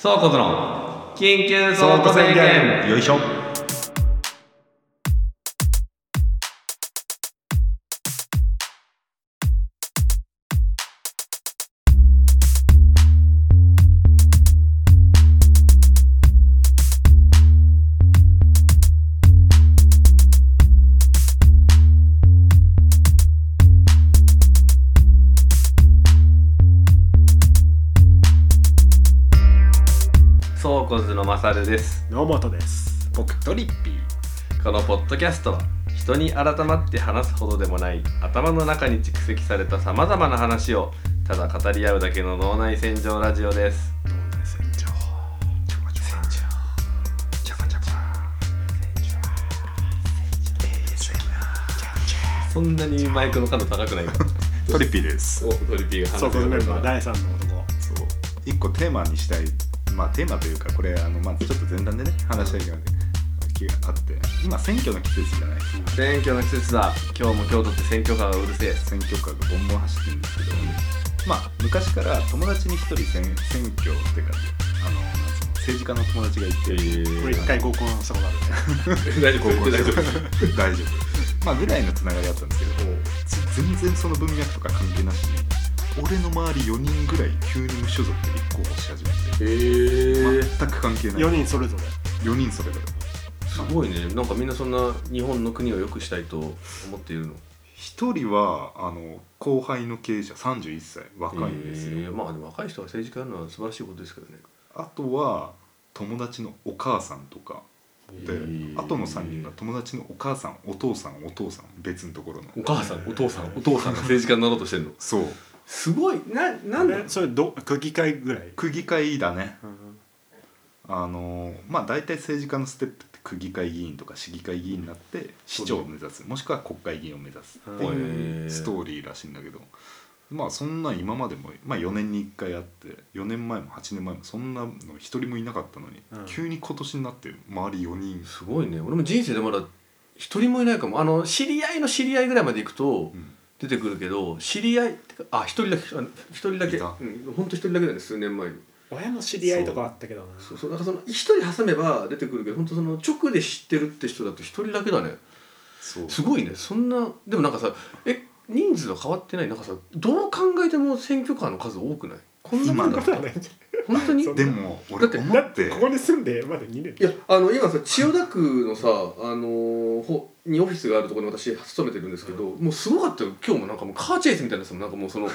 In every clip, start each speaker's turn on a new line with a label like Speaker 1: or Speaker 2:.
Speaker 1: 倉庫の緊急倉庫宣言
Speaker 2: よいしょ
Speaker 1: 倉庫図のまさるです
Speaker 3: 野本です
Speaker 2: 僕トリッピー
Speaker 1: このポッドキャストは人に改まって話すほどでもない頭の中に蓄積されたさまざまな話をただ語り合うだけの脳内洗浄ラジオです
Speaker 3: 脳内洗浄ちょこちょこちょこちょこ ASMR
Speaker 1: そんなにマイクの感度高くない から
Speaker 2: トリッピーです
Speaker 1: おトリピーが話
Speaker 3: そうこのメンバー
Speaker 1: だ
Speaker 3: 第三の男
Speaker 2: そう一個テーマにしたいまあテーマというかこれあの、まあ、ちょっと前段でね話したいので気があって今選挙の季節じゃない
Speaker 1: 選挙の季節だ今日も今日だって選挙カーがうるせえ
Speaker 2: 選挙カーがボンボン走ってるんですけど、まあ昔から友達に一人選選挙っていうかあのなんつうの政治家の友達がいて、
Speaker 3: これ一回合コンしたことあるね
Speaker 1: 大丈
Speaker 2: 高校生大丈夫まあぐらいのつながりだったんですけどつ全然その文脈とか関係なしに俺の周り4人ぐらい急に無所属で立候補し始めて
Speaker 1: へ え
Speaker 2: 全く関係 ない
Speaker 3: 四人それぞれ
Speaker 2: 4人それぞれ
Speaker 1: すごいねなんかみんなそんな日本の国を良くしたいと思っているの
Speaker 2: 1人はあの後輩の経営者31歳若いんですよ、
Speaker 1: えーまあでも若い人が政治家になるのは素晴らしいことですけどね
Speaker 2: あとは友達のお母さんとかで、
Speaker 1: へー
Speaker 2: あとの3人が友達のお母さんお父さんお父さん別のところの
Speaker 1: お母さんお父さんお父さんが政治家になろうとしてるの
Speaker 2: そう
Speaker 1: すごい ななんだ
Speaker 3: えそれど区議会ぐらい
Speaker 2: 区議会だね
Speaker 3: うん
Speaker 2: あのーまあ大体政治家のステップって区議会議員とか市議会議員になって市長を目指すもしくは国会議員を目指すって
Speaker 1: へ
Speaker 2: い
Speaker 1: ー
Speaker 2: うストーリーらしいんだけどまあそんな今までも、まあ、4年に1回あって4年前も8年前もそんなの一人もいなかったのに、
Speaker 3: うん
Speaker 2: 急に今年になって周り4人、
Speaker 1: すごいね俺も人生でまだ一人もいないかもあの知り合いの知り合いぐらいまで行くと
Speaker 2: うん
Speaker 1: 出てくるけど知り合いってかあ一人だけあ一人だけ
Speaker 2: いうた
Speaker 1: んほんと一人だけだね数年前に
Speaker 3: 親の知り合いとかあったけどな
Speaker 1: そうそうなんかその一人挟めば出てくるけど本当その直で知ってるって人だと一人だけだね
Speaker 2: そう
Speaker 1: すごいねそんなでもなんかさえ人数は変わってないなんかさどう考えても選挙カーの数多くないこんなもんだ
Speaker 2: 今
Speaker 3: ないんじ
Speaker 1: 本当にい
Speaker 3: そう
Speaker 2: でも
Speaker 1: だ
Speaker 2: 俺
Speaker 1: って
Speaker 2: 思って
Speaker 3: ここに住んでまだ2年
Speaker 1: やあの今さ千代田区のさ、あのーほにオフィスがあるところに私勤めてるんですけど、もうすごかったよ今日もなんかもうカーチェイスみたいなやつもんなんかもうその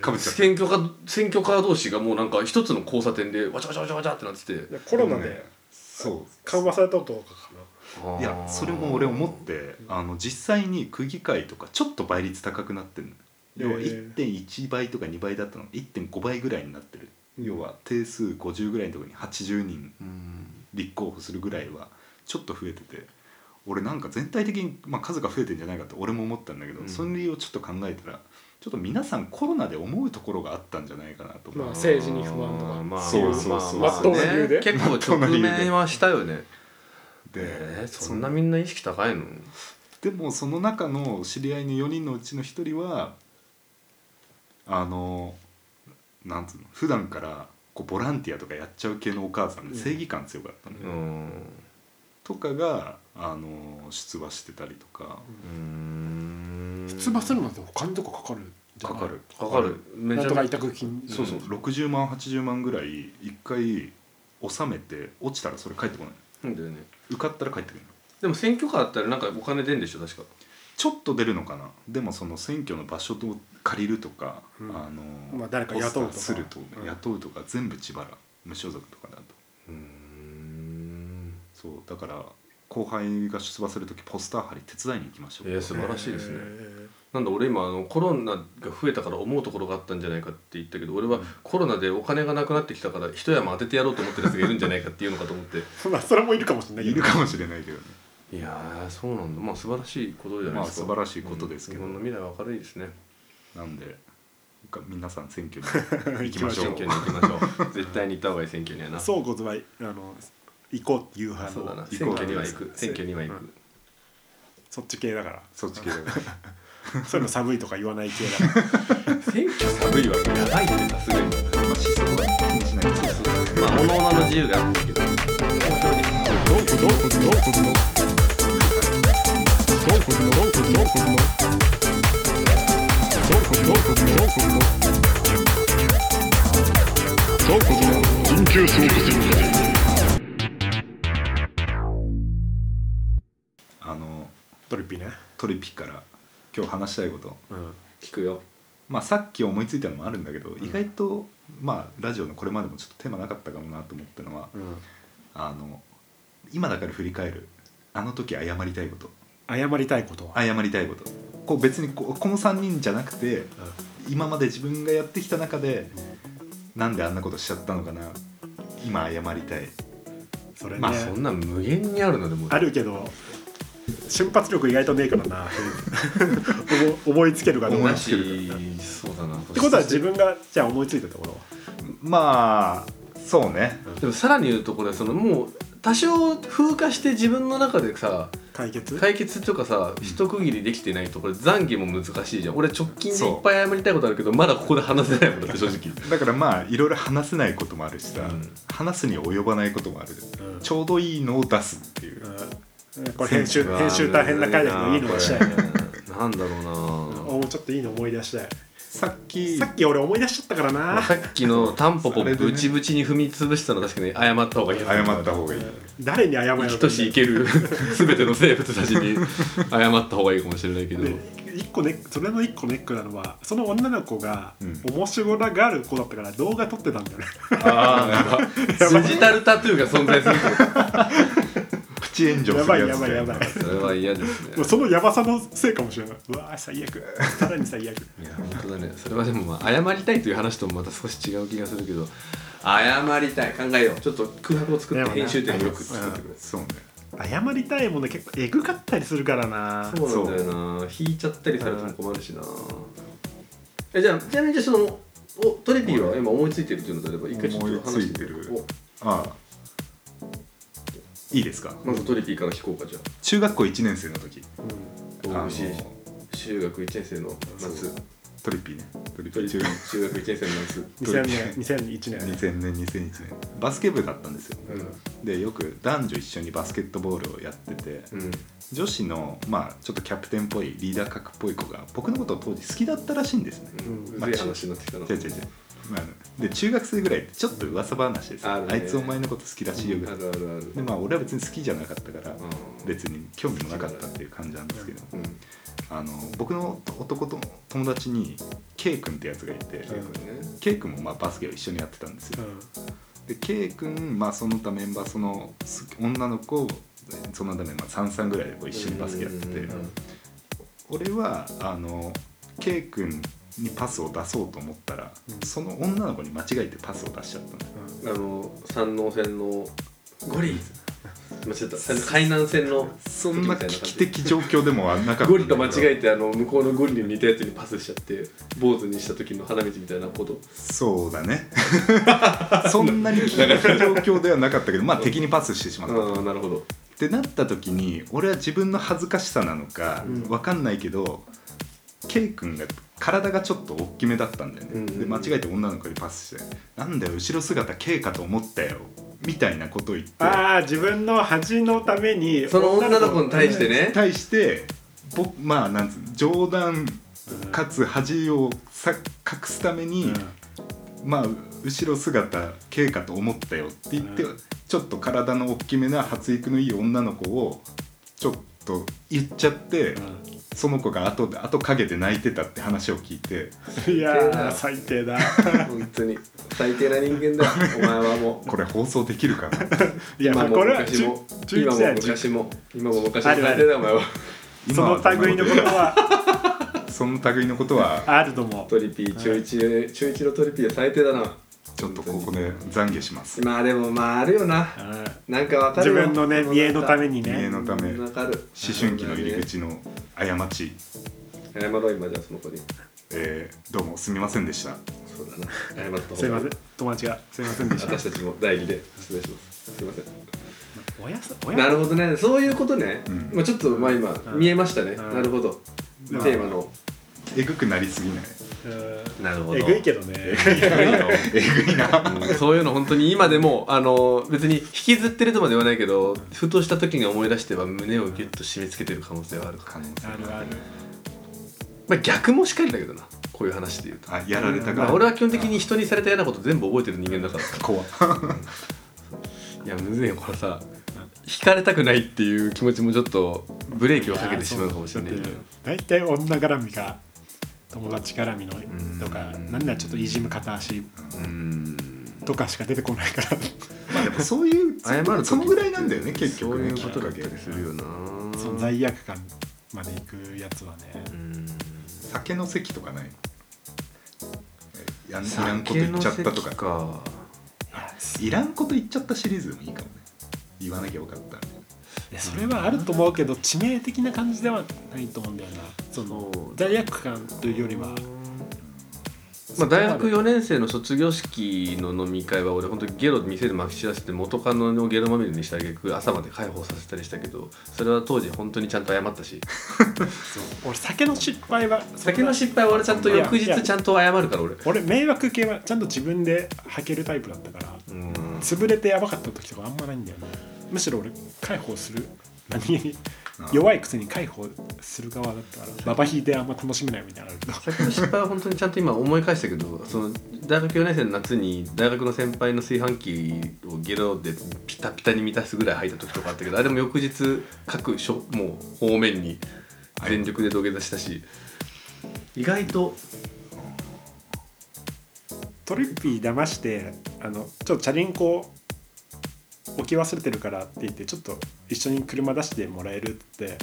Speaker 2: かぶっちゃった
Speaker 1: 選挙カー選挙カー同士がもうなんか一つの交差点でわちゃわちゃわちゃわちゃってなってて
Speaker 3: でコロナ
Speaker 2: ね
Speaker 3: で
Speaker 2: そう
Speaker 3: 緩和されたことかか
Speaker 2: いやそれも俺思ってあの実際に区議会とかちょっと倍率高くなってるの要は
Speaker 3: へー
Speaker 2: 1.1倍とか2倍だったのが1.5倍ぐらいになってる要は定数50ぐらいのところに80人
Speaker 1: うん
Speaker 2: 立候補するぐらいはちょっと増えてて俺なんか全体的に、まあ、数が増えてんじゃないかって俺も思ったんだけど、
Speaker 1: うん
Speaker 2: その理由をちょっと考えたらちょっと皆さんコロナで思うところがあったんじゃないかなと思う、
Speaker 3: まあ政治に不満とか
Speaker 1: まあ
Speaker 2: そうそうそう
Speaker 1: まあまあ
Speaker 2: まっとう
Speaker 3: な理由で
Speaker 1: 結構直面はしたよね
Speaker 2: で、
Speaker 1: えーそんなみんな意識高いの
Speaker 2: でもその中の知り合いの4人のうちの1人はあのなんつうの普段からこうボランティアとかやっちゃう系のお母さんで
Speaker 3: うん
Speaker 2: 正義感強かったのよ、
Speaker 1: うん
Speaker 2: とかがあの出馬してたりとか
Speaker 1: うん
Speaker 4: 出馬するのってお金とかかかるんじゃ
Speaker 2: か
Speaker 4: ない
Speaker 2: かる
Speaker 1: かかるめ
Speaker 4: なん
Speaker 1: ちゃ
Speaker 4: とか
Speaker 1: めちゃ
Speaker 4: 委託金
Speaker 2: そうそう60万80万ぐらい1回納めて落ちたらそれ返ってこない
Speaker 1: なんだよね
Speaker 2: 受かったら返ってくるの
Speaker 1: でも選挙カーだったらなんかお金出んでしょ確か
Speaker 2: ちょっと出るのかなでもその選挙の場所と借りるとか、
Speaker 3: うん
Speaker 2: あの、
Speaker 3: まあ誰か雇うとか
Speaker 2: ポスターすると、
Speaker 3: うん
Speaker 2: 雇うとか全部自腹無所属とかだと
Speaker 1: うん
Speaker 2: そうだから後輩が出馬する時ポスター貼り手伝いに行きましょう、
Speaker 1: えー素晴らしいですね
Speaker 3: ね
Speaker 1: なんだ俺今あのコロナが増えたから思うところがあったんじゃないかって言ったけど俺はコロナでお金がなくなってきたから一山当ててやろうと思ってるやつがいるんじゃないかっていうの かと思って
Speaker 3: まあそれもいるかもしれないけ
Speaker 2: い
Speaker 3: ど
Speaker 2: る かもしれないけどね
Speaker 1: いやーそうなんだまあ素晴らしいことじゃないですか、
Speaker 2: まあ素晴らしいことですけ
Speaker 1: う
Speaker 2: ど
Speaker 1: ん日本の未来は明るいですね
Speaker 2: なんでが皆さん選 挙に行きましょ
Speaker 1: 選
Speaker 2: う
Speaker 1: 挙に行きましょう絶対に行った方がいい選挙にはな
Speaker 3: そうことはあの行こうっていう派
Speaker 1: そうだな
Speaker 3: の
Speaker 1: 選挙には行く選挙には行
Speaker 3: うん
Speaker 1: く
Speaker 3: そっち系だから
Speaker 2: そっち系だよね
Speaker 3: そういうの寒いとか言わない系だから
Speaker 1: 選挙寒いわやばいってさすがに
Speaker 2: まあ思想は気にしないです
Speaker 1: まあ、おのおのの自由があるんですけど、
Speaker 2: あの
Speaker 4: トリピね
Speaker 2: トリピから今日話したいこと
Speaker 4: うん
Speaker 1: 聞くよ。
Speaker 2: まあさっき思いついたのもあるんだけど、意外とまあラジオのこれまでもちょっとテーマなかったかもなと思ったのは
Speaker 4: うん
Speaker 2: あの今だから振り返るあの時謝りたいこと
Speaker 4: 謝りたいことは、
Speaker 2: 謝りたいことこう別にこうこの3人じゃなくて今まで自分がやってきた中でなんであんなことしちゃったのかな今謝りたい
Speaker 4: それね、
Speaker 1: まあ、そんなん無限にあるのでも、
Speaker 4: あるけど瞬発力意外とねえからな 思思いつけるかどうか
Speaker 1: 同
Speaker 4: って
Speaker 1: じ、そうだな。っ
Speaker 4: ことは自分がじゃあ思いついたところ
Speaker 2: まあそうね
Speaker 1: でもさらに言うとこれそのもう多少風化して自分の中でさ
Speaker 4: 解決
Speaker 1: 解決とかさ一区切りできてないとこれ懺悔も難しいじゃん俺直近でいっぱい謝りたいことあるけどまだここで話せないもんだって正直
Speaker 2: だからまあいろいろ話せないこともあるしさ、
Speaker 1: うん
Speaker 2: 話すに及ばないこともある
Speaker 4: うん
Speaker 2: ちょうどいいのを出すっていう、
Speaker 4: うんこれ編集編集大変な回だけどいいのにしたいね
Speaker 1: なんだろう
Speaker 4: あ
Speaker 1: な
Speaker 4: もうちょっといいの思い出したい
Speaker 2: さっき
Speaker 4: さっき俺思い出しちゃったからな
Speaker 1: さっきのタンポポブチブチに踏み潰したの確かに謝った方がいい
Speaker 2: 謝った方がいい、
Speaker 4: 誰に謝る
Speaker 1: 生
Speaker 4: の
Speaker 1: きとし生ける全ての生物たちに謝った方がいいかもしれないけど
Speaker 4: で一個ネックそれの一個ネックなのはその女の子が
Speaker 2: うん
Speaker 4: 面白がる子だったから動画撮ってたんだよね
Speaker 1: ああなんか デジタルタトゥーが存在する
Speaker 2: プチ炎上
Speaker 4: や
Speaker 2: す
Speaker 4: ばい
Speaker 2: るや
Speaker 4: や
Speaker 2: つ
Speaker 4: ばい
Speaker 2: だ
Speaker 4: や
Speaker 2: よ
Speaker 4: ばい
Speaker 2: ね
Speaker 1: それは嫌ですね
Speaker 4: もうそのやばさのせいかもしれないうわー最悪さらに最
Speaker 1: い
Speaker 4: 悪
Speaker 1: や本当だねそれはでもまあ謝りたいという話ともまた少し違う気がするけど謝りたい考えようちょっと空白を作っ
Speaker 4: で
Speaker 1: て
Speaker 4: もね
Speaker 1: 編集点をよく作ってくれ
Speaker 2: そうね
Speaker 4: 謝りたいもの結構えぐかったりするからな
Speaker 2: うん
Speaker 1: そうなんだよな引いちゃったりされても困るしなえじゃあちなみにじゃあそのおトリピーは今思いついてるっていうのであれば一回ちょっと話して
Speaker 2: 思いついてるああいいですか
Speaker 1: おまずトリピーから聞こうかじゃあ
Speaker 2: 中学校1年生の時
Speaker 1: 東
Speaker 2: あ
Speaker 1: 北市
Speaker 2: の
Speaker 1: 中学1年生の
Speaker 4: そ
Speaker 1: 夏
Speaker 2: トリッピーねトリッピ
Speaker 1: トリ
Speaker 2: ー
Speaker 1: ピ
Speaker 2: 中
Speaker 1: ー中学1年生の夏
Speaker 4: 2000年2001年
Speaker 2: 2000年2001年バスケ部だったんですよ
Speaker 1: う
Speaker 2: でよく男女一緒にバスケットボールをやってて
Speaker 1: んうん
Speaker 2: 女子のまあちょっとキャプテンっぽいリーダー格っぽい子が僕のことを当時好きだったらしいんですね
Speaker 1: うんうぜえ話になってきたな
Speaker 2: 違う違う違う、まああの、で中学生ぐらいってちょっと噂話です
Speaker 1: ある
Speaker 2: あ
Speaker 1: ね
Speaker 2: いつお前のこと好きらしいよぐら
Speaker 1: あ
Speaker 2: い
Speaker 1: るあるある
Speaker 2: でまあ俺は別に好きじゃなかったから
Speaker 1: うん
Speaker 2: 別に興味もなかったっていう感じなんですけど
Speaker 1: うん
Speaker 2: あの僕の男と友達に K 君ってやつがいて
Speaker 1: そうだね
Speaker 2: K 君もまあバスケを一緒にやってたんですよで K 君、まあ、その他メンバーそのす女の子その他メンバー33ぐらいでこう一緒にバスケやってて
Speaker 1: うん
Speaker 2: 俺はあの K 君にパスを出そうと思ったら、
Speaker 4: うん
Speaker 2: その女の子に間違えてパスを出しちゃったんだよ
Speaker 1: あの山王線のゴリ間違った海南線の
Speaker 2: そんな危機的状況でもはなかったんだけど
Speaker 1: ゴリと間違えてあの向こうのゴリに似たやつにパスしちゃって坊主にした時の花道みたいなこと
Speaker 2: そう だねそんなに危機的状況ではなかったけどまあ敵にパスしてしまった
Speaker 1: ああなるほど
Speaker 2: ってなった時に俺は自分の恥ずかしさなのか
Speaker 4: うん
Speaker 2: わかんないけど、K 君が体がちょっと大きめだったんだよね、
Speaker 1: うんうん
Speaker 2: で間違えて女の子にパスして「なんだよ後ろ姿 K かと思ったよ」みたいなことを言って
Speaker 4: ああ自分の恥のために
Speaker 1: その女の子に対してね
Speaker 2: 対して僕まあなんつうの冗談かつ恥をさ隠すために、まあ後ろ姿 K かと思ったよって言って、
Speaker 4: うん
Speaker 2: ちょっと体の大きめな発育のいい女の子をちょっと言っちゃって。その子が後で後陰で泣いてたって話を聞いて
Speaker 4: いやー最低だ
Speaker 1: 本当に最低な人間だお前はもう
Speaker 2: これ放送できるかな
Speaker 4: いや
Speaker 1: 今
Speaker 4: まあ
Speaker 1: も
Speaker 4: これは
Speaker 1: 昔
Speaker 4: 中
Speaker 1: も
Speaker 4: 中
Speaker 1: 今
Speaker 4: 1
Speaker 1: も
Speaker 4: 代中
Speaker 1: 昔も今も昔も
Speaker 4: あるあ
Speaker 1: 最
Speaker 4: る
Speaker 1: 低だお前は
Speaker 4: その類のことは
Speaker 2: その類のこと は
Speaker 4: あると思う
Speaker 1: トリピー中1中1のトリピーは最低だな
Speaker 2: ちょっとここで懺悔します
Speaker 1: まあでもまああるよな
Speaker 4: うん
Speaker 1: なんかわかる
Speaker 4: 自
Speaker 1: よ
Speaker 4: 分のね見栄のために
Speaker 2: 家
Speaker 4: ね
Speaker 2: のため思
Speaker 1: わかる
Speaker 2: 春期の入り口の過ち、
Speaker 1: 謝ろう今じゃあその子に
Speaker 2: えーどうもすみませんでした
Speaker 1: そうだな謝った方が
Speaker 4: すいません友達がすいませんでした
Speaker 1: 私たちも代理で失礼しますすいません
Speaker 4: おやすおや
Speaker 1: なるほどねそういうことね、
Speaker 2: うん
Speaker 1: まあ、ちょっとまあ今
Speaker 4: うん
Speaker 1: 見えましたね、
Speaker 4: うん
Speaker 1: なるほど、
Speaker 4: まあ
Speaker 1: テーマの
Speaker 2: えぐくなりすぎない
Speaker 1: なるほ
Speaker 4: え
Speaker 1: ど
Speaker 4: ぐいけどね
Speaker 2: えぐいな
Speaker 1: うんそういうの本当に今でもあの別に引きずってるとまでは言わないけどふとした時に思い出しては胸をギュッと締め付けてる可能性はあるか
Speaker 2: 可
Speaker 1: ら、
Speaker 2: 能
Speaker 1: ね
Speaker 2: 性
Speaker 4: あるある
Speaker 1: まあ、逆もしかりだけどなこういう話で言うと、
Speaker 2: あやられた
Speaker 1: ま
Speaker 2: か
Speaker 1: あ、俺は基本的に人にされた嫌なこと全部覚えてる人間だからさ
Speaker 2: 怖っ
Speaker 1: いやむずいよこれさ引かれたくないっていう気持ちもちょっとブレーキをかけてしまうかもしれないけど
Speaker 4: 大体女絡みが友達絡みのとか
Speaker 1: うん
Speaker 4: なんならちょっといじむ片足
Speaker 1: うん
Speaker 4: とかしか出てこないから
Speaker 2: まあでもそういう
Speaker 1: 謝る時
Speaker 2: そのぐらいなんだよね結局ね
Speaker 1: そういうことだ
Speaker 2: き
Speaker 1: け
Speaker 2: っ
Speaker 1: ど
Speaker 2: とね
Speaker 1: するよな
Speaker 4: その罪悪感までいくやつはね
Speaker 1: うん
Speaker 2: 酒の席とかないえやんいらんこと言っちゃった
Speaker 1: 酒の
Speaker 2: とか
Speaker 1: 席か
Speaker 2: いらんこと言っちゃったシリーズでもいいかもね言わなきゃよかった
Speaker 4: いやそれはあると思うけど致命的な感じではないと思うんだよなその
Speaker 1: そう
Speaker 4: 罪悪感というよりは
Speaker 1: まあ、大学4年生の卒業式の飲み会は俺本当にゲロ店でまき散らして元カノのゲロまみれにした挙句朝まで解放させたりしたけどそれは当時本当にちゃんと謝ったし
Speaker 4: 俺酒の失敗は
Speaker 1: 酒の失敗は俺ちゃんと翌日ちゃんと謝るから俺
Speaker 4: 俺迷惑系はちゃんと自分で履けるタイプだったから
Speaker 1: うん
Speaker 4: 潰れてやばかった時とかあんまないんだよねむしろ俺解放する何気に
Speaker 2: ああ
Speaker 4: 弱いくせに解放する側だったからババ引いてあんま楽しめないみたいなのあるけど
Speaker 1: 酒の失敗は本当にちゃんと今思い返したけ どその大学4年生の夏に大学の先輩の炊飯器をゲロでピタピタに満たすぐらい入った時とかあったけどあれも翌日各所もう方面に全力で土下座したし意外と
Speaker 4: トリッピー騙してあのちょっとチャリンコ置き忘れてるからって言ってちょっと一緒に車出してもらえるって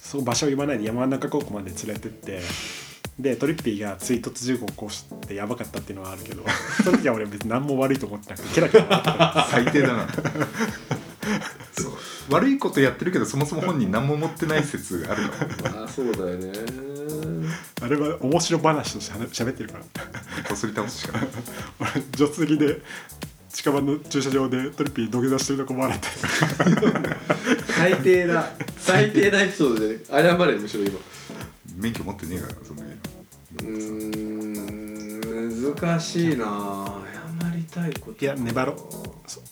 Speaker 4: そう場所言わないで山中高校まで連れてってでトリッピーが追突事故を起こしてやばかったっていうのはあるけど その時は俺別に何も悪いと思ってなくてケラケラ 笑ってたから
Speaker 2: 最低だなそう悪いことやってるけどそもそも本人何も持ってない説があるから
Speaker 1: ああそうだよね
Speaker 4: あれは面白話として話喋ってるから
Speaker 2: こすり倒すしかない
Speaker 4: 俺助手席で近場の駐車場でトリッピー土下座してるとこ笑って
Speaker 1: 最低な最低なエピソードで謝れむしろ今
Speaker 2: 免許持ってねえからその家
Speaker 1: うーん難しいな謝りたいこと
Speaker 4: いや粘ろうそう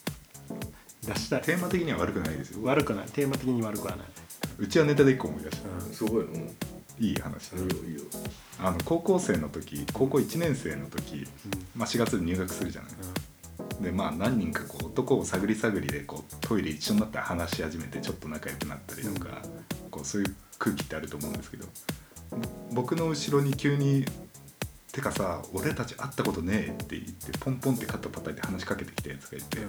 Speaker 4: 出したい
Speaker 2: テーマ的には悪くないですよ
Speaker 4: 悪くないテーマ的に悪くはないう
Speaker 2: ちはネタで一個思い出した
Speaker 4: う
Speaker 1: すごいも
Speaker 2: いい話だ
Speaker 1: ういいよ
Speaker 2: あの高校生の時高校1年生の時、まあ、4月で入学するじゃないでまあ何人かこう男を探り探りでこうトイレ一緒になったら話し始めてちょっと仲良くなったりとか、こうそういう空気ってあると思うんですけど僕の後ろに急に「てかさ俺たち会ったことねえ」って言ってポンポンって肩叩いて話しかけてきたやつがいて、
Speaker 4: うん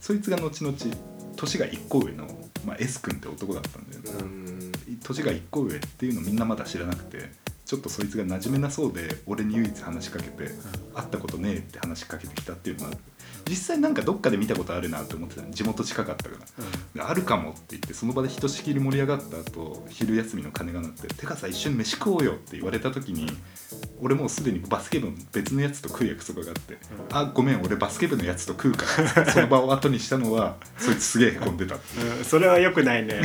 Speaker 2: そいつが後々年が1個上の、まあ、S 君って男だったんだよ
Speaker 1: う
Speaker 2: ね、
Speaker 1: ん
Speaker 2: 年が1個上っていうのみんなまだ知らなくてちょっとそいつが馴染めなそうで俺に唯一話しかけて、会ったことねえって話しかけてきたっていうのは実際なんかどっかで見たことあるなって思ってたの地元近かったから。であるかもって言ってその場でひとしきり盛り上がった後昼休みの鐘が鳴って「てかさ一緒に飯食おうよ」って言われた時に俺もうすでにバスケ部の別のやつと食う約束があって「あごめん俺バスケ部のやつと食うから」っつってその場を後にしたのはそいつすげえへこんでたって
Speaker 4: うんうんそれはよくないね、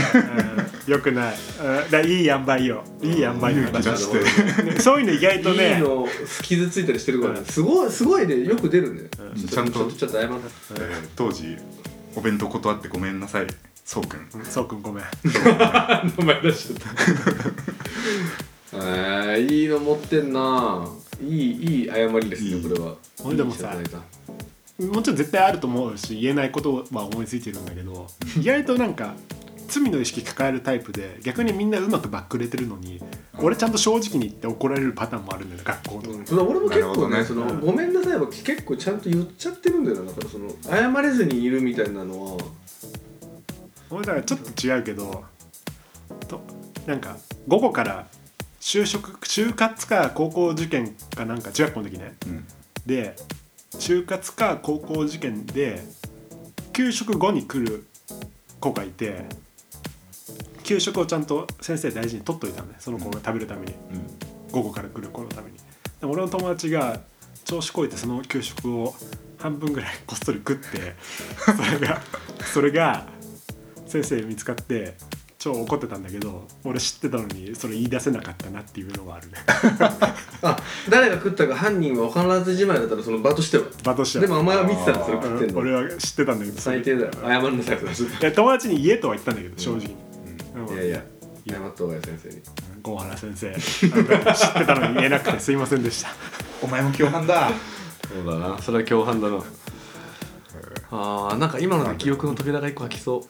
Speaker 4: うん、よくない、うん、だからいい塩梅よいい塩梅の
Speaker 2: 勇気出
Speaker 4: 話
Speaker 2: して
Speaker 4: ねそういうの意外と
Speaker 1: いい
Speaker 4: ね
Speaker 1: の傷ついたりしてるから
Speaker 4: う
Speaker 1: ね
Speaker 4: ん
Speaker 1: すごいすごいねよく出るね
Speaker 4: うん
Speaker 2: ちゃんと
Speaker 1: ちょっと謝る
Speaker 2: えー当時お弁当断ってごめんなさいそうくん
Speaker 4: そうくんごめん
Speaker 1: 名前出しちゃったえー、いいの持ってんないいいい謝りです
Speaker 2: い
Speaker 1: ね
Speaker 2: い
Speaker 1: これは
Speaker 4: ほんでもさ
Speaker 1: いい謝罪だ
Speaker 4: もちろん絶対あると思うし言えないことは思いついてるんだけど意外となんか罪の意識抱えるタイプで逆にみんなうまくバックれてるのに俺ちゃんと正直に言って怒られるパターンもあるんだよ学校とか
Speaker 1: うんそれ俺も結
Speaker 2: なるほ
Speaker 1: 構
Speaker 2: ど
Speaker 1: ね
Speaker 2: ね
Speaker 1: そのごめんなさいは結構ちゃんと言っちゃってるんだよなだからその謝れずにいるみたいなのは
Speaker 4: 俺だからちょっと違うけどとなんか午後から就職就活か高校受験かなんか中学校の時ね
Speaker 2: うん
Speaker 4: で就活か高校受験で給食後に来る子がいて給食をちゃんと先生大事に取っといたのねその子が食べるために、
Speaker 2: うん
Speaker 4: 午後から来る子のためにでも俺の友達が調子こいてその給食を半分ぐらいこっ そり食ってそれがそれが先生に見つかって「ち超怒ってたんだけど俺知ってたのにそれ言い出せなかったなっていうのはあるね
Speaker 1: あ誰が食ったか犯人は必ず自前だったらその場としては
Speaker 4: 場としては
Speaker 1: でもお前は見てたのそれ
Speaker 4: う
Speaker 1: 食ってん
Speaker 4: ん俺
Speaker 1: の
Speaker 4: は知ってたんだけどそれ
Speaker 1: 最低だよ謝んなさいそれ
Speaker 4: いや友達に言えとは言ったんだけど正直に、うん
Speaker 1: いやいや謝った方がいい先生に
Speaker 4: 郷原先生あの知ってたのに言えなくてすいません でした
Speaker 2: お前も共犯だ
Speaker 1: そうだなそれは共犯だなあーなんか今ので記憶の扉が一個開きそ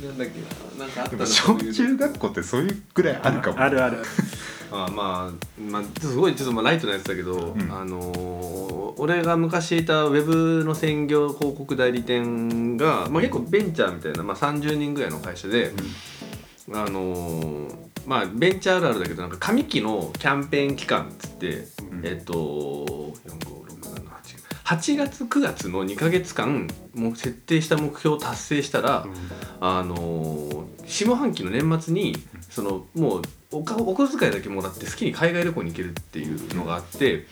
Speaker 1: うなんだっけななんかあった
Speaker 2: でも
Speaker 1: な
Speaker 2: 小
Speaker 1: そういう
Speaker 2: 中学校ってそういうぐらいあるかも
Speaker 4: あるある
Speaker 1: あーまあ、まあ、すごいちょっとまあライトなやつだけど、
Speaker 2: ん
Speaker 1: あのー俺が昔いたウェブの専業広告代理店が、まあ、結構ベンチャーみたいな、まあ、30人ぐらいの会社で、あのーまあベンチャーあるあるだけどなんか上期のキャンペーン期間っつって、
Speaker 2: ん
Speaker 1: えっと456788月9月の2ヶ月間もう設定した目標を達成したら、あのー下半期の年末にそのもうおかお小遣いだけもらって好きに海外旅行に行けるっていうのがあって、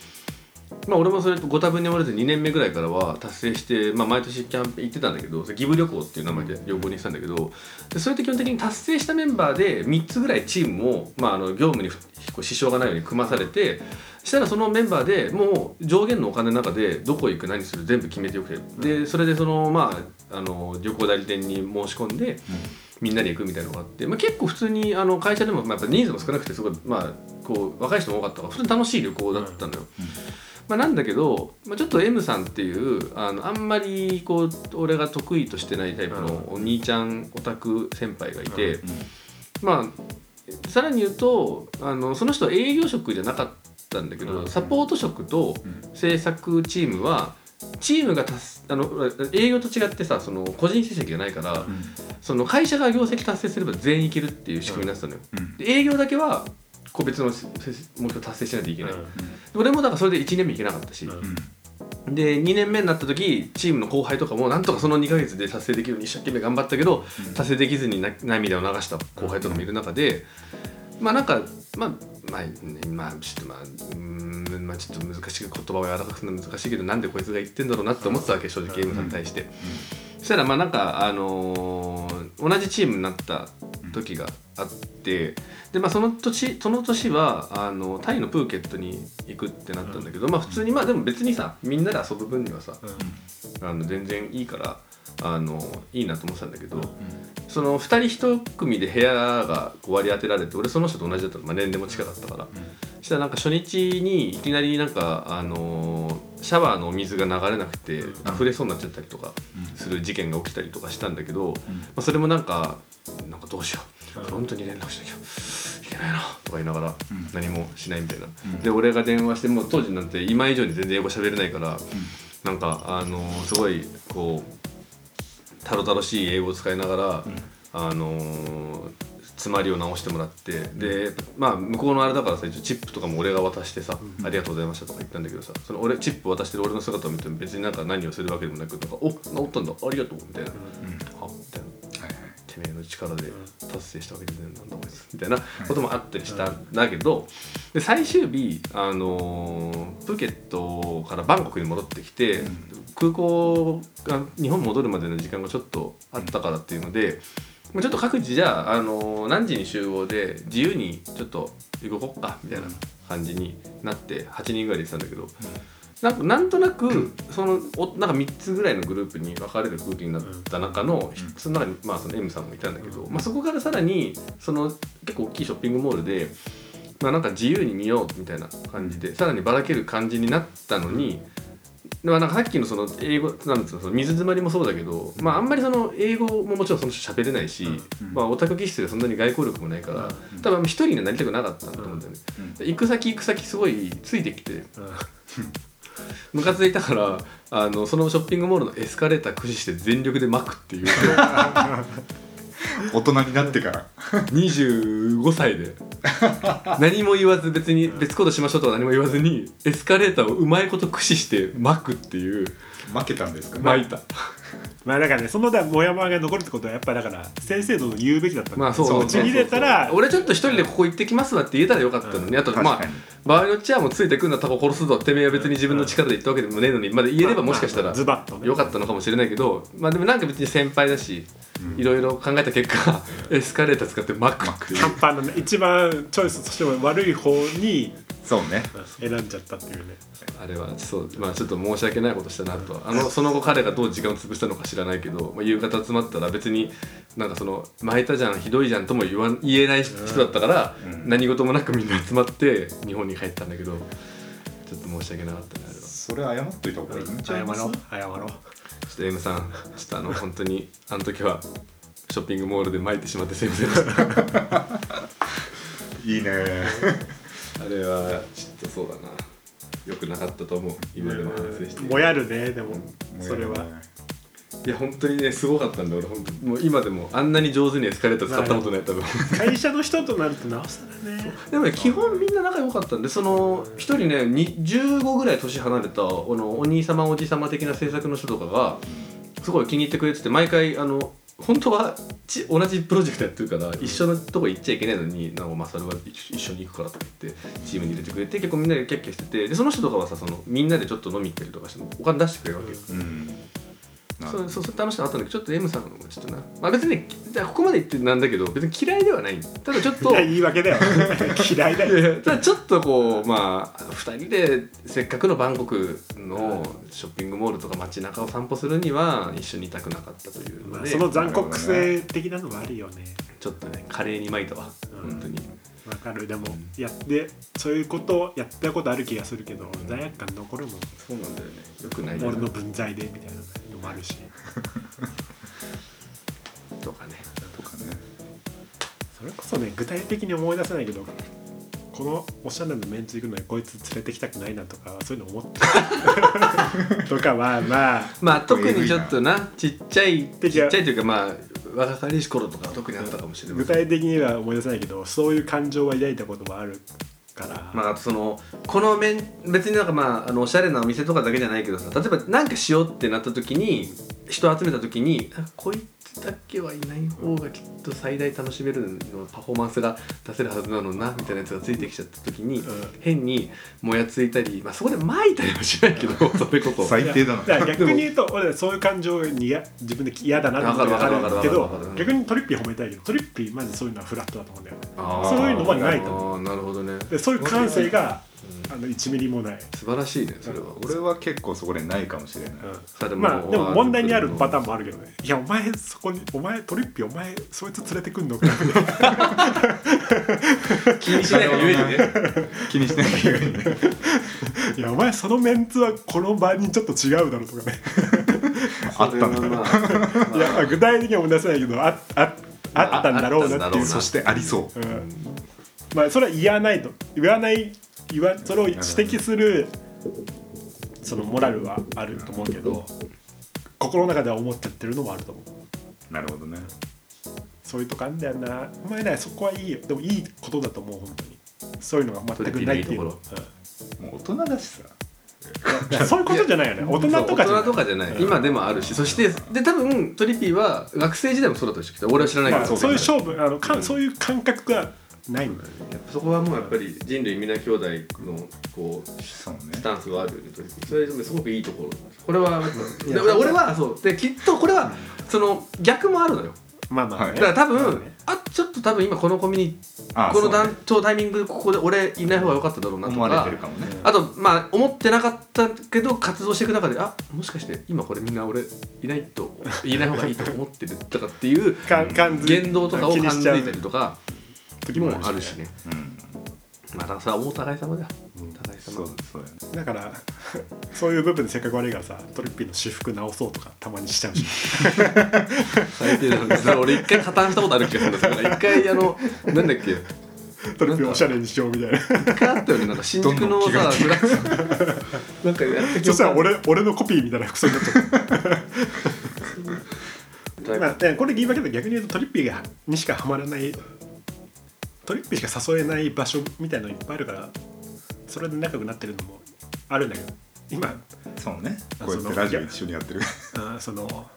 Speaker 1: まあ、俺もそれとご多分に漏れず2年目ぐらいからは達成して、まあ、毎年キャンペーン行ってたんだけどそれギブ旅行っていう名前で旅行にしたんだけどでそれって基本的に達成したメンバーで3つぐらいチームを、まあ、あの業務にこう支障がないように組まされて。したらそのメンバーでもう上限のお金の中でどこ行く何する全部決めてよくてでそれでそのまああの旅行代理店に申し込んでみんなで行くみたいなのがあって、まあ、結構普通にあの会社でもまあやっぱ人数も少なくてすごい、まあ、こう若い人も多かったから普通に楽しい旅行だったのよ。まあ、なんだけど、まあ、ちょっと M さんっていうあのあんまりこう俺が得意としてないタイプのお兄ちゃんオタク先輩がいて、
Speaker 2: うん
Speaker 1: まあさらに言うとあのその人は営業職じゃなかったんだけど、
Speaker 4: うん
Speaker 1: サポート職と
Speaker 2: うん
Speaker 1: 制作チームはチームが達すあの営業と違ってさその個人成績がないから、その会社が業績達成すれば全員いけるっていう仕組みになってたのよ、
Speaker 2: うん
Speaker 1: で営業だけは個別のせせ目標達成しないといけない、
Speaker 4: うん
Speaker 1: 俺もだからそれで1年目いけなかったし、
Speaker 4: うん
Speaker 2: うん
Speaker 1: で2年目になった時チームの後輩とかもなんとかその2ヶ月で達成できるように一生懸命頑張ったけど、
Speaker 2: うん
Speaker 1: 達成できずにな涙を流した後輩とかもいる中で、まあなんかまあまあ、ねまあ、ちょっとまあうーん、まあ、ちょっと難しい言葉を柔らかくするの難しいけどなんでこいつが言ってんだろうなって思ってたわけ正直ゲームさんに対して。そしたらまあなんか、あのー同じチームになった時があって、でまあ、その年その年はあのタイのプーケットに行くってなったんだけど、まあ普通にまあでも別にさみんなで遊ぶ分にはさあの全然いいからあのいいなと思ってたんだけど、その2人1組で部屋がこう割り当てられて俺その人と同じだったの、まあ、年齢も近かったから、そしたらなんか初日にいきなりなんか、あのーシャワーのお水が流れなくて溢れそうになっちゃったりとかする事件が起きたりとかしたんだけど、まあ、それもなんかなんかどうしようフロントに連絡しなきゃいけないなとか言いながら
Speaker 2: ん
Speaker 1: 何もしないみたいな、で俺が電話してもう当時なんて今以上に全然英語喋れないから、なんかあのーすごいこうたろたろしい英語を使いながら、あのー詰まりを直してもらってでまあ向こうのあれだからさ一応チップとかも俺が渡してさ「ありがとうございました」とか言ったんだけどさその俺チップ渡してる俺の姿を見ても別になんか何をするわけでもなくなんか「お治ったんだありがとう」みたいな「はみたいな。てめえの力で達成したわけじゃないんだと思いますみたいなこともあったりしたんだけどで最終日、あのープーケットからバンコクに戻ってきて、空港が日本戻るまでの時間がちょっとあったからっていうので、まあちょっと各自じゃあ、あのー何時に集合で自由にちょっと動こっかみたいな感じになって8人ぐらいでしたんだけど。なんかなんとなくそのおなんか3つぐらいのグループに分かれる空気になった中のひその中に、まあ、その M さんもいたんだけど、まあ、そこからさらにその結構大きいショッピングモールで、まあ、なんか自由に見ようみたいな感じでさらにばらける感じになったのに。でまあなんかさっきのその英語なんつうのその水詰まりもそうだけど、まあ、あんまりその英語ももちろんその人喋れないし、まあ、オタク気質でそんなに外交力もないから、多分一人にはなりたくなかったんだと思うんだよね、で行く先行く先すごいついてきて、ムカついたからあのそのショッピングモールのエスカレーター駆使して全力で巻くっていう
Speaker 2: 大人になってから
Speaker 1: 25歳で何も言わず別に別行動しましょうとか何も言わずにエスカレーターをうまいこと駆使して巻くっていう
Speaker 2: 負けたんですかね
Speaker 1: 巻いた
Speaker 4: まあだからねそのだモヤモヤが残るってことはやっぱだから先生の言うべきだったんだ
Speaker 1: まあそう
Speaker 4: そ
Speaker 1: そう
Speaker 4: うちぎれたら
Speaker 1: 俺ちょっと一人でここ行ってきますわって言えたらよかったのに、あと
Speaker 2: 確
Speaker 1: まあ
Speaker 2: かに
Speaker 1: 場合によっちゃもうついてくんだタコ殺すぞてめえは別に自分の力で言ったわけでもねえのにまだ言えればもしかした
Speaker 4: まあ
Speaker 1: ら
Speaker 4: ズバッとね
Speaker 1: よかったのかもしれないけどまあでもなんか別に先輩だし
Speaker 2: うん
Speaker 1: いろいろ考えた結果エスカレーター使ってマック
Speaker 2: マック
Speaker 4: 短パンのね一番チョイスとしても悪い方に
Speaker 2: そうね
Speaker 4: 選んじゃったっていうね
Speaker 1: あれはそう、まあ、ちょっと申し訳ないことしたなとあのその後彼がどう時間を潰したのか知らないけど、まあ、夕方集まったら別になんかその「巻いたじゃんひどいじゃん」とも言わん言えない人だったから、
Speaker 2: うん
Speaker 1: 何事もなくみんな集まって日本に帰ったんだけどちょっと申し訳なかったねあれは。
Speaker 2: それ謝っといた方がいいんちゃ
Speaker 4: 謝
Speaker 2: います
Speaker 4: ろう謝ろ
Speaker 1: ちょ
Speaker 4: う
Speaker 1: っと M さん、ちょっとあの本当にあの時はショッピングモールで巻いてしまってすいませんでした。あ
Speaker 2: いいね
Speaker 1: れはちょっとそうだな。良くなかったと思う。今でも反省している。
Speaker 4: もやるねでもそれは。
Speaker 1: いや本当にねすごかったんだ。俺本当もう今でもあんなに上手にエスカレーター使ったことない多分。
Speaker 4: 会社の人となるとなおさらね
Speaker 1: でもね基本みんな仲良かったんでその一人ねに15ぐらい年離れたあのお兄様おじ様的な制作の人とかがすごい気に入ってくれてて毎回あの本当はち同じプロジェクトやってるから一緒のとこ行っちゃいけないのになんかマサルは一一緒に行くからとか言ってチームに入れてくれて結構みんなでキャッキャしててでその人とかはさそのみんなでちょっと飲み行ったりとかしてお金出してくれるわけよ、
Speaker 2: うんな
Speaker 1: そうそうそう楽しかったんだけどちょっと M さんの方がちょっとな、まあ、別にねじゃあここまで言ってなんだけど別に嫌いではないただちょっ
Speaker 4: い
Speaker 1: と
Speaker 4: や言い訳だ よ嫌いだ
Speaker 1: いや
Speaker 4: よ
Speaker 1: いやただちょっとこうまあ2人でせっかくのバンコクのショッピングモールとか街中を散歩するには一緒にいたくなかったという
Speaker 4: ま
Speaker 1: の
Speaker 4: あ
Speaker 1: で、
Speaker 4: その残酷性的なのもあるよね
Speaker 1: ちょっとね華麗に巻いたわ、
Speaker 4: うん
Speaker 1: 本当に
Speaker 4: わかるでもやってそういうことをやったことある気がするけど罪悪感残るもん
Speaker 1: そうなんだよねよくないよ
Speaker 4: 俺の分際でみたいなのもあるし
Speaker 1: とかね
Speaker 2: とかね
Speaker 4: それこそね具体的に思い出せないけどこのおしゃれなメンツ行くのにこいつ連れてきたくないなとかそういうの思ったとかはまあ
Speaker 1: まあ特にちょっとなちっちゃいちっ
Speaker 4: 的
Speaker 1: ちゃ
Speaker 4: ない
Speaker 1: というかまあ若かりし頃とかは特にあったかもしれな
Speaker 4: 具
Speaker 1: い
Speaker 4: 体的には思い出せないけどそういう感情は抱いたこともあるから、
Speaker 1: まあ、あとそのこの面別になんかまああのおしゃれなお店とかだけじゃないけどさ例えばなんかしようってなった時に人を集めた時にあこいつだけはいない方がきっと最大楽しめるのパフォーマンスが出せるはずなのになみたいなやつがついてきちゃった時に、
Speaker 4: ん
Speaker 1: 変にもやついたり、まあ、そこで巻いたりはしないけどそれこそ。
Speaker 2: 最低だな
Speaker 4: だから逆に言うと俺そういう感情にや自分で嫌だなって
Speaker 1: わかるわかる
Speaker 4: あ
Speaker 1: わ
Speaker 4: る
Speaker 1: か
Speaker 4: け
Speaker 1: るわ
Speaker 4: ど
Speaker 1: かるわかる
Speaker 4: 逆にトリッピー褒めたいけどトリッピーマジそういうのはフラットだと思うんだよ
Speaker 1: あー
Speaker 4: そういうのはないと思
Speaker 1: あーなるほどね
Speaker 4: でそういう感性が、あの1ミリもない、
Speaker 1: 素晴らしいねそれは
Speaker 2: 俺は結構そこでないかもしれない、
Speaker 1: それでも
Speaker 4: まあでも問題にあるパターンもあるけどねいやお前そこにお前トリッピーお前そいつ連れてくんのか
Speaker 1: 気にしないがゆえにね
Speaker 2: 気にしないようにね
Speaker 4: いやお前そのメンツはこの場にちょっと違うだろうとかね
Speaker 2: あったんだ
Speaker 1: まあ
Speaker 4: いやまあ具体的には思い出せないけどあああったんだろうなっていう
Speaker 1: ああ
Speaker 2: そしてありそう
Speaker 4: う、ん、まあそれは言わないと言わない言わそれを指摘するそのモラルはあると思うけど心の中では思っちゃってるのもあると思う
Speaker 2: なるほどね
Speaker 4: そういうとこあんだよなお前らそこはいいよでもいいことだと思う本当にそういうのが全くないっていうの
Speaker 1: ト
Speaker 2: もう大人だしさ
Speaker 4: うんだからそういうことじゃないよね大人とかじ
Speaker 1: そう
Speaker 4: ゃ
Speaker 1: 大人とか
Speaker 4: な
Speaker 1: じゃない、
Speaker 4: うん
Speaker 1: 今でもあるしそしてで多分トリピーは学生時代もそうだったでしょうけど俺は知らない
Speaker 4: い、
Speaker 1: けど、
Speaker 4: まあ、そういう勝負あのかんそういう感覚がないんだよね
Speaker 1: やっぱそこはもうやっぱり人類皆兄弟のこう
Speaker 2: そうね
Speaker 1: スタンスがあるよねトリピーそれですごくいいところこれは
Speaker 4: ん
Speaker 1: で俺はそうできっとこれはその逆もあるのよ
Speaker 4: まあまあ、
Speaker 2: はい
Speaker 1: だ
Speaker 4: ね
Speaker 1: から多分、
Speaker 4: まあね
Speaker 1: あちょっと多分今このコミュニ
Speaker 2: あ
Speaker 1: この
Speaker 2: そう
Speaker 1: 団
Speaker 2: ね
Speaker 1: 長タイミングでここで俺いない方が良かっただろうなと
Speaker 2: 思
Speaker 1: か
Speaker 2: われてるかもね
Speaker 1: あとまあ思ってなかったけど活動していく中であもしかして今これみんな俺いないといない方がいいと思ってるとかって いう
Speaker 4: か感づい
Speaker 1: 言動とかを
Speaker 4: 気
Speaker 1: 感
Speaker 4: にしちゃ
Speaker 1: づ
Speaker 4: う
Speaker 1: いたりとか
Speaker 4: 時も
Speaker 1: もあるしね
Speaker 2: うん
Speaker 1: まあだからそれはお互い様だよお互い
Speaker 2: そ
Speaker 1: 様
Speaker 2: うそうやね
Speaker 4: だから そういう部分でせっかく悪いからさトリッピーの私服直そうとかたまにしち ゃうし
Speaker 1: 最低なんです俺一回加担したことある気がするんですから一回あのなんだっけ
Speaker 4: トリッピーをおしゃれにしようみたいな
Speaker 1: 一回あったよねなんか新宿の
Speaker 2: どんどん
Speaker 1: さ
Speaker 2: 着替
Speaker 1: ブラックなんかやって
Speaker 4: そしたら俺俺のコピーみたいな服装になっちゃっ
Speaker 1: タイ
Speaker 4: た、
Speaker 1: プ
Speaker 4: まあね、これ言い訳だけど逆に言うとトリッピーがにしかハマらないトリッピーしか誘えない場所みたいのいっぱいあるからそれで仲良くなってるのもあるんだけど今
Speaker 2: そうね
Speaker 4: あ
Speaker 2: こうやっ
Speaker 4: そ
Speaker 2: て
Speaker 4: の
Speaker 2: ラジオ一緒にやってる
Speaker 4: あーその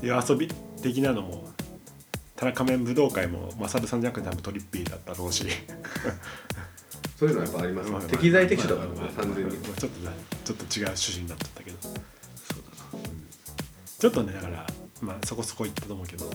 Speaker 4: 夜遊び的なのも田中面武道会もマサルさんじゃなくて多分トリッピーだったろうし
Speaker 1: そういうのはやっぱあります
Speaker 4: まあまあ
Speaker 1: 適材適所だから
Speaker 4: まあまあ
Speaker 1: 完全に
Speaker 4: まあちょっとねちょっと違う趣旨になっちゃったけどちょっとねだからまあそこそこ行ったと思うけど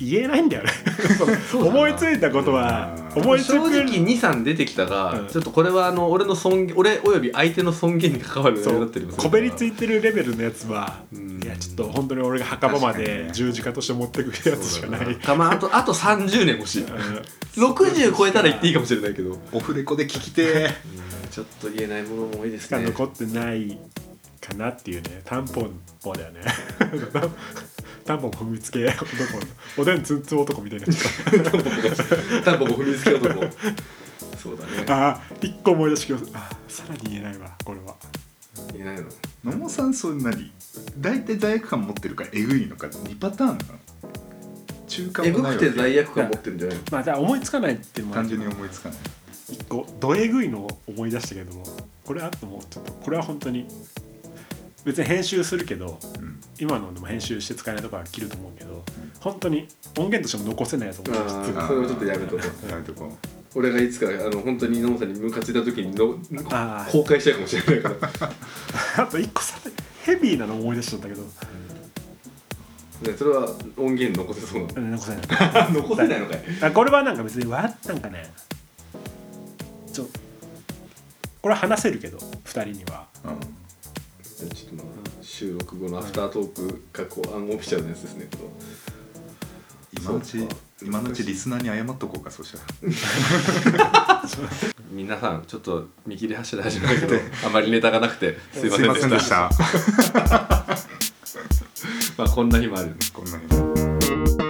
Speaker 4: 言えないんだよねその
Speaker 1: そうだな
Speaker 4: 思いついたことは
Speaker 2: うん
Speaker 4: 思いつく
Speaker 1: 正直23出てきたが、
Speaker 4: うん
Speaker 1: ちょっとこれはあの俺の尊厳俺および相手の尊厳に関わる
Speaker 4: そ
Speaker 1: ようにな
Speaker 4: う
Speaker 1: ってるもす
Speaker 4: こ
Speaker 1: るか
Speaker 4: べ
Speaker 1: ら
Speaker 4: りついてるレベルのやつは、
Speaker 1: うん
Speaker 4: いやちょっと本当に俺が墓場ま
Speaker 2: 確かに
Speaker 4: で
Speaker 2: ね
Speaker 4: 十字架として持ってくるやつしかない、
Speaker 1: そうだまあ、あとあと30年欲しい60超えたら言っていいかもしれないけど、
Speaker 2: オフレコで聞きて
Speaker 1: ちょっと言えないものも多いです
Speaker 4: しか
Speaker 1: ね
Speaker 4: 残ってないかなっていうねタンポンポだよね タンポン踏みつけ男おでんツンツン男みたい になっちゃっ
Speaker 1: タンポポ踏みつけ男 そうだね
Speaker 4: たあー一個思い出してきますあーさらに言えないわこれは
Speaker 1: 言えないの
Speaker 2: 野茂さんそんなに大体罪悪感持ってるからえぐいのか2パターンなの中間
Speaker 1: え
Speaker 2: も
Speaker 1: ぐ
Speaker 2: ない
Speaker 1: く
Speaker 2: わ
Speaker 1: て
Speaker 2: け
Speaker 1: 罪悪感持ってるんじゃないの
Speaker 4: まあだから思いつかないっていうのもあ
Speaker 2: 単
Speaker 4: る
Speaker 2: 純に思いつかない
Speaker 4: 一個ドエグいのを思い出したけどこれあともうちょっとこれは本当に別に編集するけど
Speaker 2: うん
Speaker 4: 今のでも編集して使えないとこは切ると思うけど本当に音源としても残せないやつ思いつつ
Speaker 1: あーそれをちょっとやめとこう
Speaker 2: やめとこ
Speaker 1: 俺がいつかあの本当に野本さんにムカついた時にの
Speaker 4: あー
Speaker 1: 公開しちゃうかもしれないから
Speaker 4: あと一個さヘビーなの思い出しちゃったけど
Speaker 1: ねそれは音源残せそうな
Speaker 4: うん残せない
Speaker 1: の残せないのかい
Speaker 4: あこれはなんか別にわなんかねちょこれは話せるけど2人には
Speaker 2: う、うん、
Speaker 1: ちょっとまあ収録後のアフタートークかこうアンオフィシャルのやつですねこの
Speaker 2: 今のう
Speaker 1: そう
Speaker 2: ち
Speaker 1: か
Speaker 2: 今のうちリスナーに謝っとこうかそしたら
Speaker 1: 皆さんちょっと見切り発車で始まるけどあまりネタがなくてすいますせ
Speaker 2: い
Speaker 1: ん
Speaker 2: ま
Speaker 1: でし
Speaker 2: せん
Speaker 1: た
Speaker 2: でした
Speaker 1: まあこんな日もある
Speaker 2: こんなに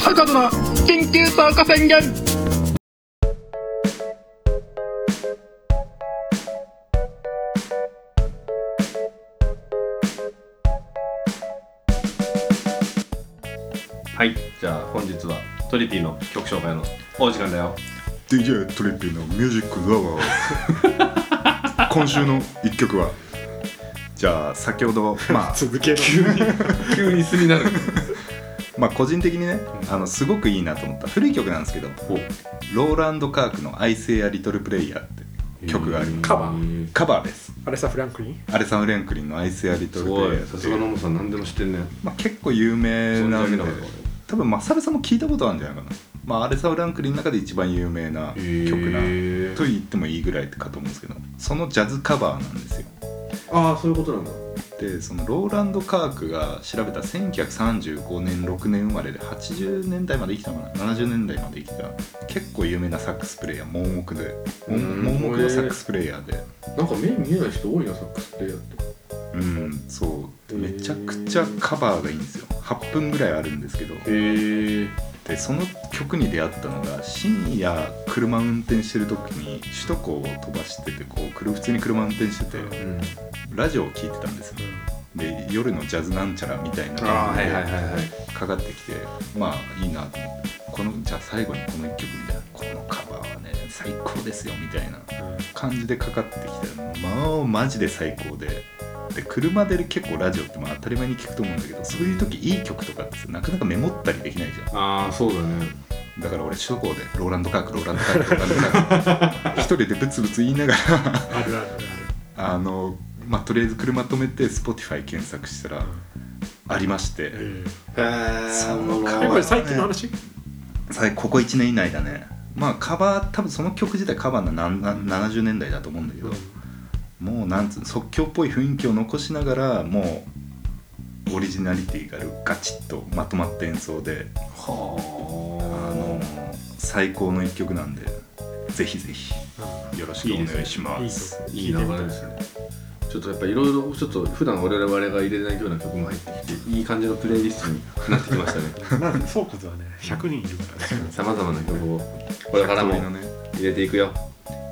Speaker 3: 北風の緊急参加宣言
Speaker 1: はいじゃあ本日はトリピーの曲紹介のお時間だよ
Speaker 2: DJ トリッピーの ミュージックラバー今週の一曲はじゃあ先ほどまあ
Speaker 4: 続ける急に
Speaker 1: 急にすになる
Speaker 2: まあ個人的にねあのすごくいいなと思った古い曲なんですけどローランド・カークの「愛せやリトル・プレイヤー」って曲があります
Speaker 4: カバー
Speaker 2: カバーです
Speaker 4: アレサ・フランクリン
Speaker 2: アレサム・レンクリンの「アイス・やリト
Speaker 1: す
Speaker 2: ル・プレ
Speaker 1: ご
Speaker 2: イヤ
Speaker 1: い
Speaker 2: ー」
Speaker 1: さ
Speaker 2: っ
Speaker 1: す
Speaker 2: て
Speaker 1: が
Speaker 2: い
Speaker 1: 野
Speaker 2: う、
Speaker 1: 本さん何でも知ってんね
Speaker 2: まあ、結構有名なん
Speaker 1: 存じ上げ
Speaker 2: で
Speaker 1: なかった
Speaker 2: 多分マサルさんも聞いたことあるんじゃないかな、まあ、アレサム・ランクリンの中で一番有名な曲な
Speaker 1: へー
Speaker 2: と言ってもいいぐらいかと思うんですけどそのジャズカバーなんですよ
Speaker 1: ああそういうことなんだ
Speaker 2: でそのローランド・カークが調べた1935年6年生まれで80年代まで生きたのかな70年代まで生きた結構有名なサックスプレイヤー盲目で盲
Speaker 1: うん
Speaker 2: 盲目のサックスプレイヤーで
Speaker 1: なんか目見えない人多いなサックスってやって
Speaker 2: うんそう
Speaker 1: へ
Speaker 2: め
Speaker 1: ー
Speaker 2: ちゃくちゃカバーがいいんですよ8分ぐらいあるんですけど
Speaker 1: へえ
Speaker 2: でその曲に出会ったのが深夜車運転してる時に首都高を飛ばしててこうくる普通に車運転してて
Speaker 1: うん
Speaker 2: ラジオを聴いてたんですよで夜のジャズなんちゃらみたいなのが
Speaker 1: はいはいはいはい
Speaker 2: かかってきてまあいいなと思ってこのじゃあ最後にこの1曲みたいなこのカバーはね最高ですよみたいな感じでかかってきたのまあマジで最高でで車で結構ラジオってまあ当たり前に聞くと思うんだけどそういう時いい曲とかってさなかなかメモったりできないじゃん
Speaker 1: ああそうだね
Speaker 2: だから俺首都高でローランドカークローランドカークローランドカーク一人でブツブツ言いながら
Speaker 4: あるあるある
Speaker 2: あの、まあ、とりあえず車止めて Spotify 検索したらありまして、
Speaker 4: え
Speaker 1: へえ
Speaker 2: その
Speaker 4: え
Speaker 2: 顔
Speaker 4: やっぱり最近の話
Speaker 2: さいここ1年以内だねまあカバー多分その曲自体カバーななな70年代だと思うんだけど、もうなんつうの即興っぽい雰囲気を残しながらもうオリジナリティがあるガチッとまとまった演奏であの最高の一曲なんでぜひぜひよろしくお願いしま
Speaker 4: いい
Speaker 2: す。
Speaker 4: と
Speaker 1: いい流れですねちょっとやっぱいろいろちょっと普段我々が入れないような曲も入ってきていい感じのプレイリストになってきましたね
Speaker 4: なんでそうことはね100人いるからね
Speaker 1: さまざまな曲をこれからも
Speaker 2: のね
Speaker 1: 入れていくよ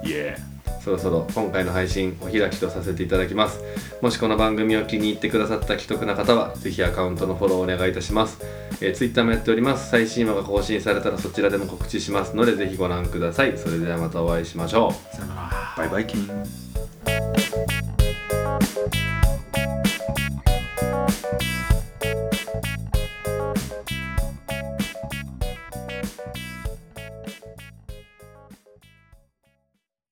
Speaker 2: イエ
Speaker 1: そろそろ今回の配信お開きとさせていただきますもしこの番組を気に入ってくださった既得な方はぜひアカウントのフォローお願いいたします、えー、Twitter もやっております最新話が更新されたらそちらでも告知しますのでぜひご覧くださいそれではまたお会いしましょう
Speaker 4: さよなら
Speaker 2: ーバイバイキン